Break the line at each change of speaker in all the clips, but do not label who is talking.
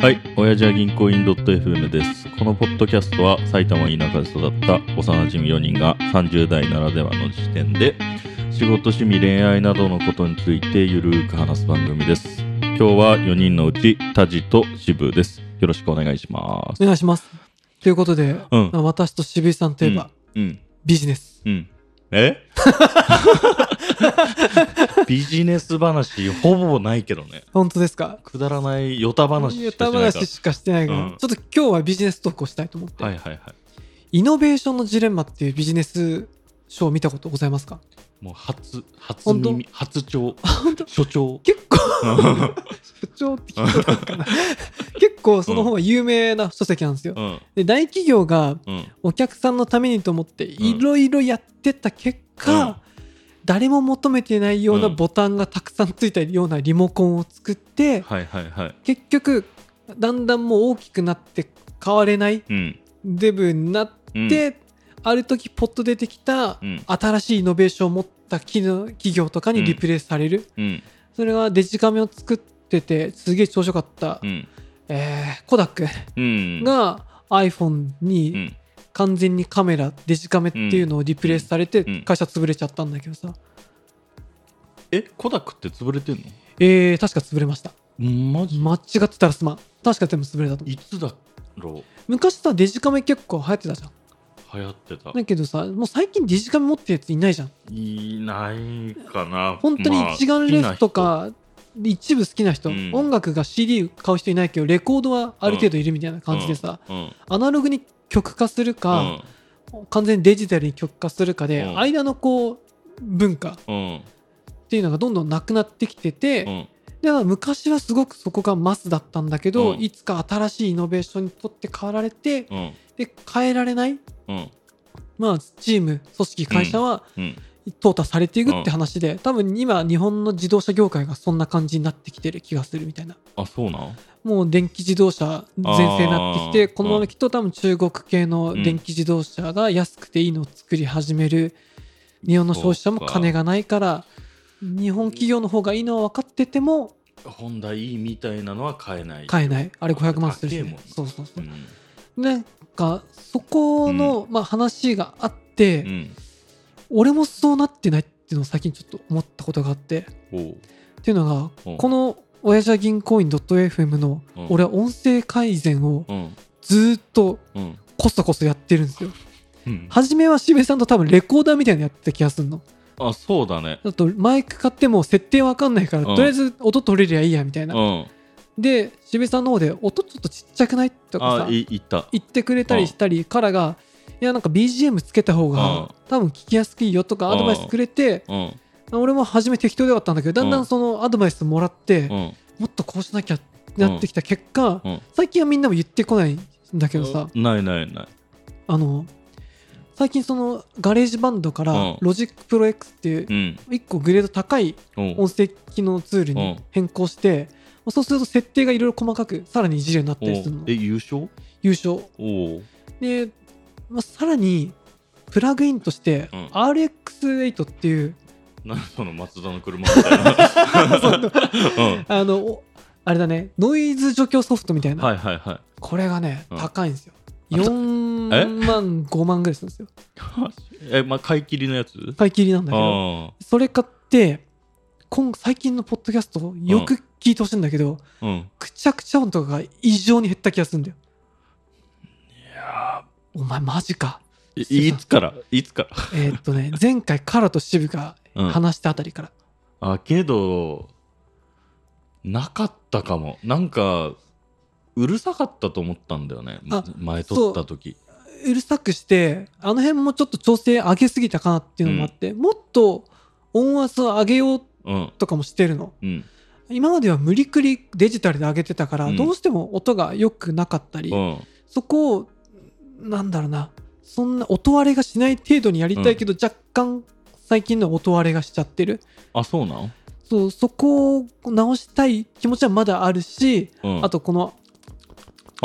はい、親父は銀行員 .fm です。このポッドキャストは埼玉田舎で育った幼馴染4人が30代ならではの時点で仕事、趣味、恋愛などのことについてゆるーく話す番組です。今日は4人のうちタジと渋です。よろしくお願いします。
お願いします。ということで、
うん
まあ私と渋井さんといえば、
うん、
ビジネス。
うん。え ビジネス話ほぼないけどね。
本当ですか
くだらないヨタ話しか
た
しないか
話
ら。
しかしてないから、
うん
ちょっと今日はビジネストークをしたいと思って、
はいはいはい。
イノベーションのジレンマっていうビジネス書を見たことございますか
もう初、初
本当
耳、初聴、
本当
初聴。
結構、
う
不調って聞いたことあ るかな結構その本は有名な書籍なんですよ。
ん、
で、大企業が
うん、
お客さんのためにと思っていろいろやってた結果、
うん
誰も求めてないような
うん
ボタンがたくさんついたようなリモコンを作って、
はいはいはい。
結局だんだんもう大きくなって変われない
うん、
デブになって、ある時ポッと出てきた
うん
新しいイノベーションを持った企業企業とかにリプレイスされる、
うん、
それはデジカメを作っててすげえ調子よかった、
うん、
えーコダック
うん、
が iPhone
う
に
ん、
完全にカメラデジカメっていうのをリプレイスされて
うん
会社潰れちゃったんだけどさ、
え、コダックって潰れてん
えー、確か潰れました
のマジ
間違ってたらすまん確かでも潰れたと思う
いつだろ
昔さデジカメ結構流行ってたじゃん
う流行ってた、
だけどさもう最近デジカメ持ってるやついないじゃん
いないかな。
本当に一眼レフとか、一部好きな人、
うん
音楽が CD 買う人いないけどレコードはある程度いるみたいな感じでさ、
まあ、うん、
アナログに曲化するか、
あ、
完全にデジタルに曲化するかで、
うん
間のこう文化っ
うん、
ていうのがどんどんなくなってきてて、
うん、
で昔はすごくそこがマスだったんだけど、
うん
いつか新しいイノベーションにとって変わられて
うん、
で変えられない、
うん、
まあ、チーム組織会社は、
うん、
淘汰されていくって話で、多分今日本の自動車業界がそんな感じになってきてる気がするみたいな
あ、そうなん。
もう電気自動車全盛になってき
あ
て
ー
このままきっと多分中国系の
うん
電気自動車が安くていいのを作り始める、日本の消費者も金がないから日本企業の方がいいのは分かってても
ホンダ E みたいなのは買えない。
買え
い。
ないあれ500万するし、
高えも
ね
ん、、
そうそうそううんなんかそこの、まあ、話があって、
うん、
俺もそうなってないっていうのを最近ちょっと思ったことがあって。
おう、
っていうの
う
が
ん
この「親父は銀行員 .fm」の
うん
俺は音声改善を
うん、
ずーっと
うん、
こそこそやってるんですよ
うん、
初めは渋谷さんと多分レコーダーみたいなのやってた気がするの
あ、そうだね。
あとマイク買っても設定わかんないから
うん、
とりあえず音取れりゃいいやみたいうなんで渋谷さんの方で音ちょっとちっちゃくないとか
あ
さ、
い、いった。
言ってくれたりしたりからがいやなんか BGM つけた方
う
が
ん
多分聞きやすくいいよとかアドバイスくれて
うん、
俺も初め適当ではあったんだけどだんだ
うんん
そのアドバイスもらっ
う
て、
ん。
もっとこうしなきゃってなってきた結果、
うんうん
最近はみんなも言ってこないんだけどさ、
ないないない
あの最近そのガレージバンドか
う
ら
ん
ロジックプロ X っていう
うん
1個グレード高い
うん
音声機能ツールに変更して、そうすると設定がいろいろ細かくさらにいじれるようになったりするの
え優勝
優勝
おう
で、まあ、さらにプラグインとして
うん
RX8 っていう、
何その松田の車みた いなうん
あのおあれだねノイズ除去ソフトみたいな、
はいはいはい
これがね、
うん
高いんですよ。
あた
4万、5万ぐらいするんですよ。
えまあ買い切りのやつ
買い切りなんだけど。
あ
それ買って、今最近のポッドキャストをよく聞いてほしいんだけど、
あうん
くちゃくちゃ音とかが異常に減った気がするんだよ。お前マジか。
いいつからいつから
えーっとね、 前回カラとシブが
うん
話したあたりから。
あけどなかったかもなんかうるさかったと思ったんだよね
あ
前撮った時
うるさくして、あの辺もちょっと調整上げすぎたかなっていうのもあって、もっと音圧を上げよう
うん
とかもしてるの。
うん
今までは無理くりデジタルで上げてたから、
うん
どうしても音が良くなかったり、
うん
そこをなんだろうなそんな音割れがしない程度にやりたいけど、若干最近のは音割れがしちゃってる
あそうなの
そうそこを直したい気持ちはまだあるし、
うん
あとこの
あ
こ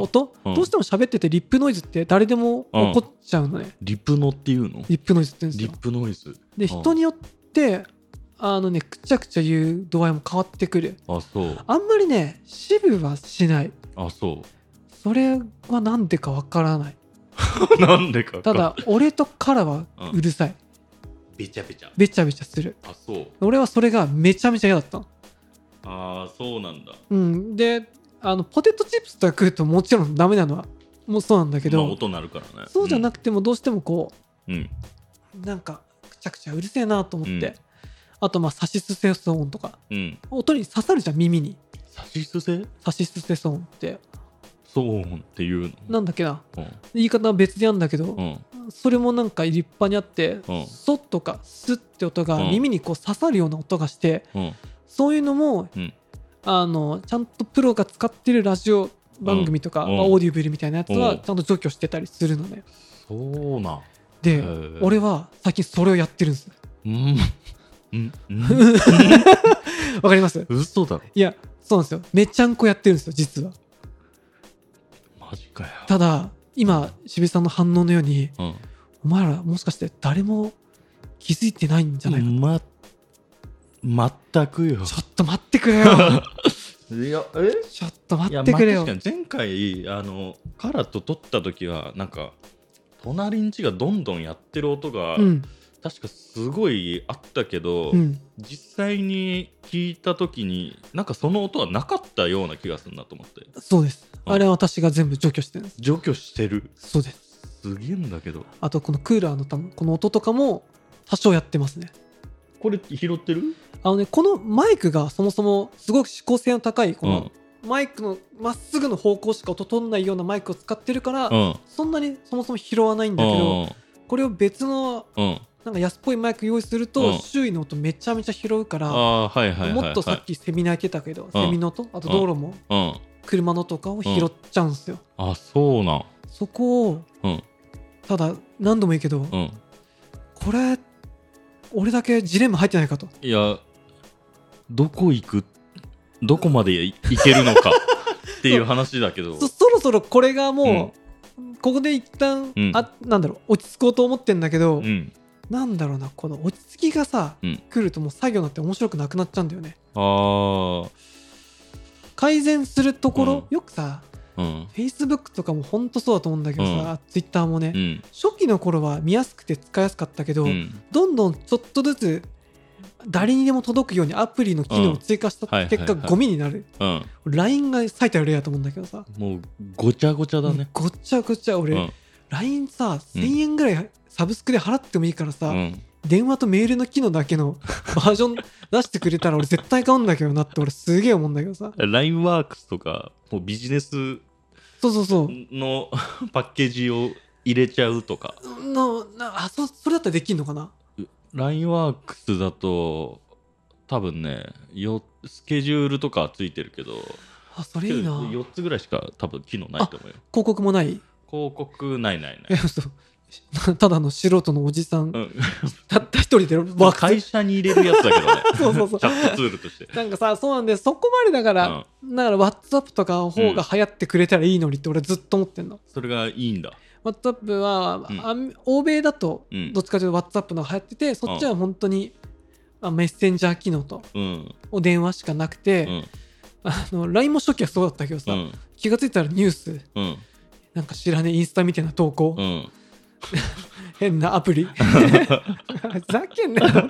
ー
音、
うん
どうしても喋っててリップノイズって誰でも起こっちゃうのね、
リプノっていうの
リップノイズって言うんです
リ
よ
ップノイズう
で
ん
人によってあのねくちゃくちゃ言う度合いも変わってくる
あそう
あんまりね支部はしない
あそ
それはなんでかわからないう
なんでか
ただ俺とカラはうるさい
べちゃべちゃ
べちゃべちゃする
あそう
俺はそれがめちゃめちゃ嫌だったの
あーそうなんだ
うんであのポテトチップスとか食うともちろんダメなのはもうそうなんだけ
まあ
ど、
音鳴るからね
そうじゃなくてもどうしてもこ
うん、うん
うなんかくちゃくちゃうるせえなと思って、
うん
あとまあサシスセソ音とか
うん
音に刺さるじゃん耳に
サシスセ
サシスセソ音って
騒音っていうの
なんだっけな
うん
言い方は別でやんだけど、
うん
それもなんか立派にあって、
うん
ソッとかスッって音が
うん
耳にこう刺さるような音がして、
うん
そういうのも、
うん
あのちゃんとプロが使ってるラジオ番組とか、
うん
まあオーディブルみたいなやつ
う
は
ん
ちゃんと除去してたりするのね。
そうなん
で、
ー
俺は最近それをやってるんです。
うんうん うん
わかります
嘘だろ
いやそうなんですよめちゃんこやってるんですよ実は。
マジかよ
ただ今渋井さんの反応のように
うん
お前らもしかして誰も気づいてないんじゃないか、
ま全くよ
ちょっと待ってくれ よ
いやえ
ちょっと
い
待
や
ってくれよ、
まあ確かに前回あのカラと撮った時はなんか隣んちがどんどんやってる音が、
うん
確かすごいあったけど、
うん
実際に聞いた時になんかその音はなかったような気がするなと思って
そうです。
うん
あれは私が全部除去してるんです。
除去してる
そうです。
すげえんだけど
あとこのクーラーの多分この音とかも多少やってますね。
これ拾ってる
あのね、このマイクがそもそもすごく指向性の高い、こ
うん
のマイクのまっすぐの方向しか音取んないようなマイクを使ってるから、
うん
そんなにそもそも拾わないんだけど、これを別の
うん
なんか安っぽいマイク用意す
う
ると
ん
周囲の音めちゃめちゃ拾うか
あ
ら、
あーはいはいはいはい
もっとさっきセミ鳴いてたけど、セミの音、あと道路も
うん
車のとかを拾っちゃうんですよ。
あそうなん
そこを、
うん
ただ何度も言うけど、
うん
これ俺だけジレンマ入ってないかと
いやどこ行くどこまでい行けるのかっていう話だけど
そそろそろこれがもう、ここで一旦、
うん
あなんだろう落ち着こうと思ってんだけど、
うん
なんだろうなこの落ち着きがさ、
うん
来るともう作業なんて面白くなくなっちゃうんだよね
あー
改善するところ、
うん
よくさ
うん、
Facebook とかもほんとそうだと思うんだけどさ、Twitter もね、
うん
初期の頃は見やすくて使いやすかったけど、
うん、
どんどんちょっとずつ誰にでも届くようにアプリの機能を追加した
うんはい
結果、
はいはい
ゴミになる
うん、
LINE が最たる例だと思うんだけどさ
もうごちゃごちゃだね、
ごっちゃごちゃ
う
俺、
んうん
LINE さ
うん
1000円ぐらいサブスクで払ってもいいからさ、
うん、
電話とメールの機能だけの バージョン出してくれたら俺絶対買うんだけどなって俺すげえ思うんだけどさ
LINE ワークスとかもうビジネス
そうそうそ
の パッケージを入れちゃうとか
うのなあそそれだったらできんのかな
LINE ワークスだと多分ねよスケジュールとかついてるけど
あそれいいな広
4つぐらいしか多分機能ないと思うよ
告もない
広告ないないな
え
い、
そう ただの素人のおじさん、
うん、
たった一人で
まあ
若い
会社に入れるやつだけどね
そうそうそう
チャットツールとして
なんかさそうなんでそこまでだから、だから WhatsApp とかの方が流行ってくれたらいいのにって俺ずっと思ってんの、
それがいいんだ
WhatsApp は、
うん
あん欧米だと
うん
どっちかというと WhatsApp の方が流行ってて、そっちは本当に、あメッセンジャー機能と
うん
お電話しかなく
う
て、
ん
あの LINE も初期はそうだったけど
う
さ、
ん
気がついたらニュース
うん
なんか知らねえインスタみたいな投稿、
うん
変なアプ リふざけんなよ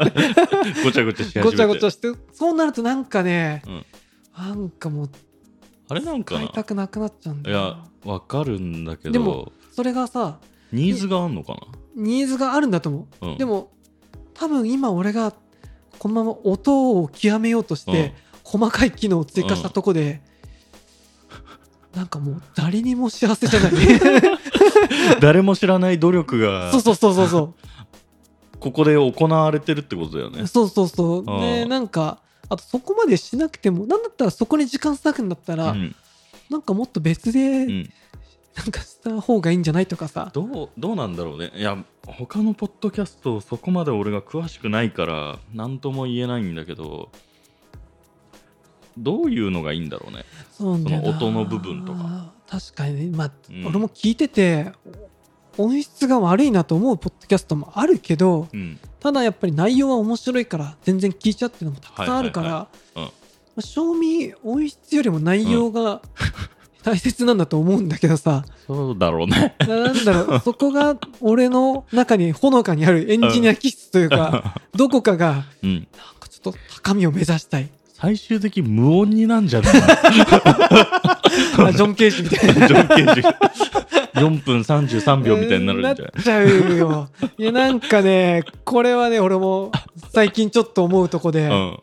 ごちゃごちゃし始めて
ごちゃごちゃしてそうなるとなんかね、
うん
なんかもう
あれなんか
買いた
な
くなくなっちゃうんだ
い
よ
やわかるんだけど
でもそれがさ
ニーズがあんのか
ニーズがあるんだと思う
な、うん、
でも多分今俺がこのまま音を極めようとして、細かい機能を追加したとこで、なんかもう誰にも幸せじ ゃない
誰も知らない努力が
そうそうそうそうそ
ここで行われてるってことだよね
うそうそうそう
うん
でなんかあとそこまでしなくてもなんだったらそこに時間割くんだったら、
うん
なんかもっと別で
う
なん
ん
かした方がいいんじゃないとかさ、
どうどうなんだろうねいや他のポッドキャストそこまで俺が詳しくないから何とも言えないんだけどどういうのがいいんだろうね
そうなんだよな
その音の部分とか
確かにねまあ、
うん
俺も聞いてて音質が悪いなと思うポッドキャストもあるけど
うん
ただやっぱり内容は面白いから全然聞いちゃうっていうのもたくさんあるから、
いはいはいうん
まあ賞味音質よりも内容が大切なんだと思うんだけどさ、
そうだろうね
なんだろうそこが俺の中にほのかにあるエンジニア気質というか、どこかが
うん
なんかちょっと高みを目指したい
最終的に無音になんじゃない
あジョン・ケージみたいな。
ジョン・ケージ4分33秒みたいになるんじゃない
なっちゃうよ。いやなんかねこれはね俺も最近ちょっと思うとこで、
うん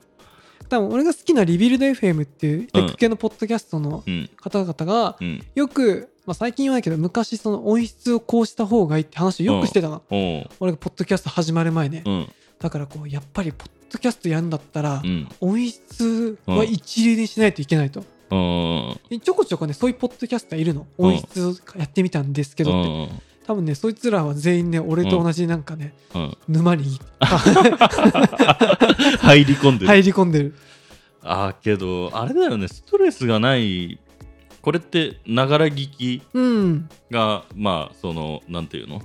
多分俺が好きなリビルド FM っていうテック系のポッドキャストの
うん
方々が
うん
よく、まあ、最近言わないけど昔その音質をこうした方がいいって話をよくしてたの、
おう
俺がポッドキャスト始まる前ね、
うん
だからこうやっぱりポッドキャストやるんだったら、
うん
音質は一流にしないといけないと、
うん
でちょこちょこねそういうポッドキャスターいるの音質やってみたんですけどって、
うん
多分ねそいつらは全員ね俺と同じなんかね、
うん
沼に
入り込んでる
入り込んでる
あーけどあれだよねストレスがないこれってながら聞き
うん
がまあそのなんていうの、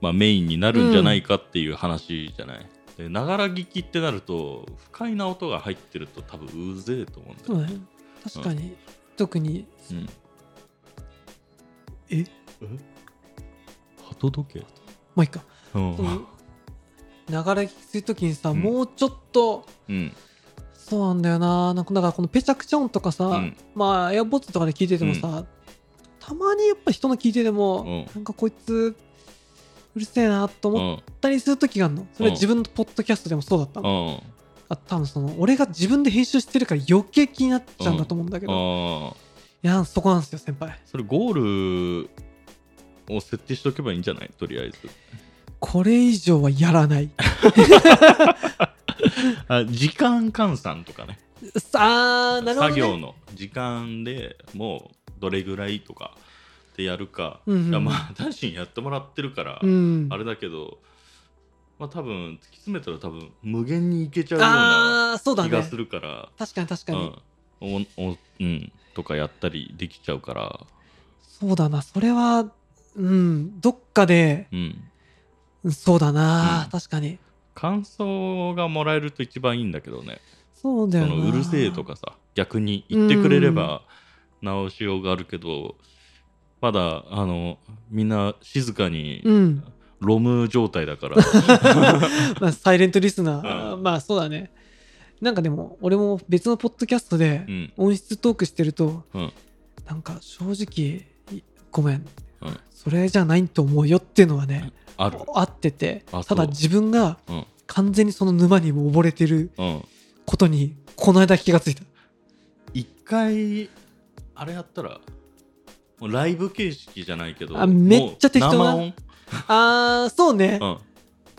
まあ、メインになるんじゃないかっていう話じゃないでながら聞きってなると不快な音が入ってると多分うぜえと思うんだ
そ
よ
うだね確かに、特に
うん
え
鳩時計
まあいいか
うん
うん流れ聞きするときにさ、
うん
もうちょっと
うん
そうなんだよななんかだからこのペチャクチャ音とかさ、
うん
まあエアボッツとかで聞いててもさ、たまにやっぱ人の聞いてても、
うん
なんかこいつうるせえなと
う
思
ん
ったりするときがあるのそれは自分のポッドキャストでもそうだった
う
の、
ん
あ多分その俺が自分で編集してるから余計気になっちゃうんだと思うんだけど、い
ああ
やそこなんですよ先輩
それゴールを設定しておけばいいんじゃないとりあえず
これ以上はやらない
あ時間換算とかね
さあなるほど、ね、
作業の時間でもうどれぐらいとかでやるか、
うんうん
いやまあ大臣やってもらってるから、
うん
あれだけどまあ多分突き詰めたら多分無限にいけちゃうよ
あーそう
うな
だ
気が
ね
するから
確かに確か
う,、
に、
んおおうん、とかやったりできちゃうから、
そうだな、それは、うん、どっかで、
うん、
うんそうだな、
うん
確かに。
感想がもらえると一番いいんだけどね
そうだ
そ
よな。
のうるせえと。かさ逆に言ってくれれば直しようがあるけど、まだあのみんな静かに
うん、
ロム状態だ から。
まあ、サイレントリスナー、
うん
まあ、そうだね。なんかでも、俺も別のポッドキャストで
うん。
音質トークしてると、
うん
なんか正直、いごめん,、
うん
それじゃないと思うよっていうのはね、
ある。
あってて
あ、
ただ
そう
自分が
うん。
完全にその沼に溺れてる
うん。
ことに、この間気がつ いた。
一回、あれやったら、もうライブ形式じゃないけど、
あめっちゃ適当な
もう
あー、そう
生
ね。
音。うん。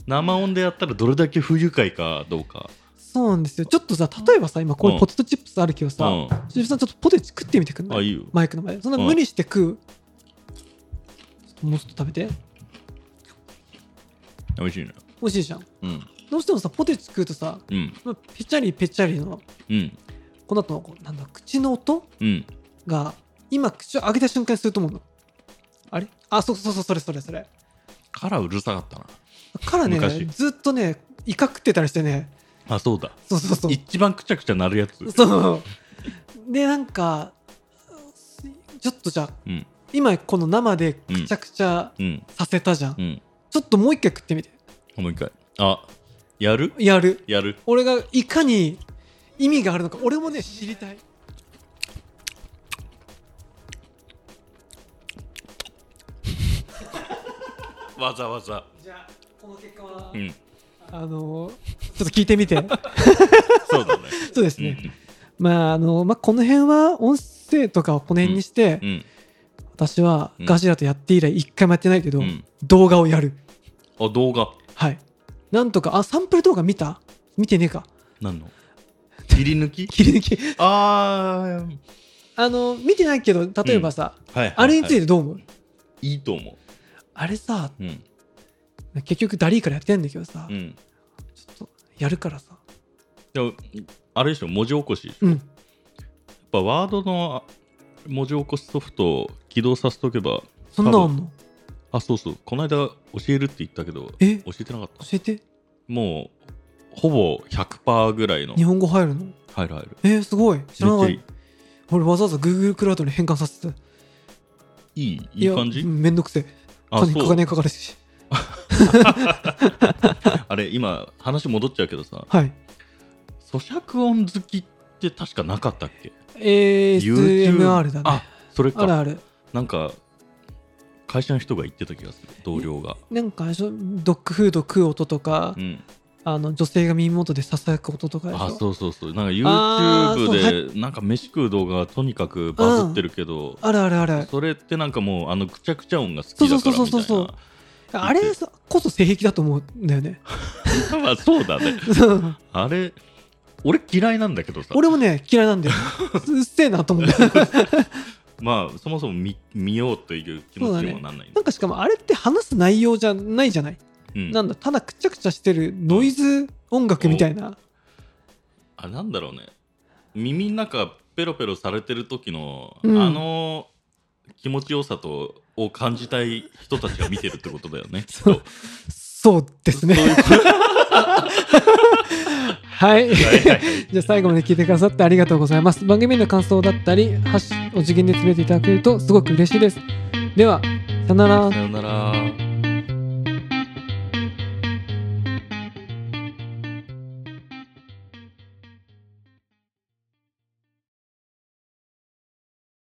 生音でやったらどれだけ不愉快かどうか。
そうなんですよ。ちょっとさ、例えばさ、今こういうポテトチップスあるけど
う
さ、
ん。あ、
しじみさんちょっとポテチ食ってみてくんない
いよ。
マイクの前でそんな無理して食う、ちょっともうちょっと食べて
美味しいね。
美味しいじゃん
うん。
どうしてもさポテチ食うとさ
うん。
ペチャリペチャリの
うん。
この後のこうなんだ口の音
うん。
が今口を開けた瞬間にすると思うのあれあそうそうそうそれそれそれ
からうるさかったな。
からね
昔
ずっとねイカ食ってたりしてね
あ、そうだ。
そうそうそう
一番くちゃくちゃなるやつ。
そうでなんかちょっとじゃあ
うん。
今この生でくちゃくちゃ
うん。
させたじゃん、
うん。
ちょっともう一回食ってみて
もう一回。あ、やる
やる
やる。
俺がいかに意味があるのか俺もね知りたい
わざわざ。
じゃあこの結果は、
うん。
あのーちょっと聞いて みて
そうだね。
そうです
う
ね、
ん。
まああのーまあこの辺は音声とかをこの辺にして、
うん。
私は
うん
ガジラとやって以来一回もやってないけど、
うん
動画をやる
あ、動画。
はいなんとかあサンプル動画見た見てねえか
何の切り抜き
切り抜き
あ
あのー見てないけど例えばさ、
あ、はい、
あれについてどう思う、
いいと思
あれさ
う。うん。
結局ダリーからやってんだけどさ、
う
ち
ん。
ょっとやるからさ
でも、あれでしょ、文字起こし。やっ
うん
ぱワードの文字起こしソフトを起動させとけば、
そんなのあんの
あそうそうこの間教えるって言ったけど
え
教えてなかった
教えて
もうほぼ100%ぐらいの
日本語入るの
入る入る
えー、すごい知らな
め
か
っ
っ
ち
た俺わざわざ Google クラウドに変換させてた
ゃいいい
い
い
や
感じ
めんどくせえ
あ
金
そう
金かかるし
あれ今話戻っちゃうけどさ
はい
咀嚼音好きって確かなかったっけ
ASMR だね
あそれ
ある
か
ある
なんか会社の人が言ってた気がする同僚が
なんかあれでしょドッグフード食う音とか、
うん
あの女性が耳元でささやく音とかでしょ
あそうそうそうなんか
あーそう
YouTube でなんか飯食う動画がとにかくバズってるけど、
あるあるある
それってなんかもうあのくちゃくちゃ音が好きだから
そう
みた
そうそうそう
い
そうあれさこそ性癖だと思うんだ よね
なまあそうだね
そう
あれ俺嫌いなんだけどさ
俺もね嫌いなんだようっせえなと思 うんだよ
まあそもそも見見ようという気持ちにもなんないんだ
なんかしかもあれって話す内容じゃないじゃない、
うん
なんだただくちゃくちゃしてるノイズ音楽みたいな
あなんだろうね耳の中ペロペロされてる時の、
うん
あの気持ちよさとを感じたい人たちが見てるってことだよねきっと
そうですね はい
はいはいはい
じゃあ最後まで聞いてくださってありがとうございます。番組への感想だったり、ハッシュお次元で詰めていただけるとすごく嬉しいです。では、さよなら
さ。よなら